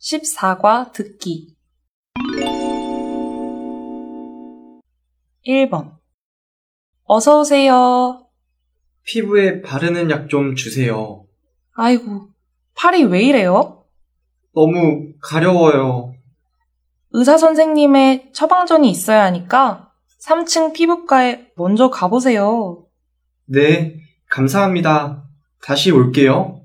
14과 듣기 1번 어서 오세요. 피부에 바르는 약 좀 주세요. 아이고, 팔이 왜 이래요? 너무 가려워요. 의사 선생님의 처방전이 있어야 하니까 3층 피부과에 먼저 가보세요. 네, 감사합니다. 다시 올게요.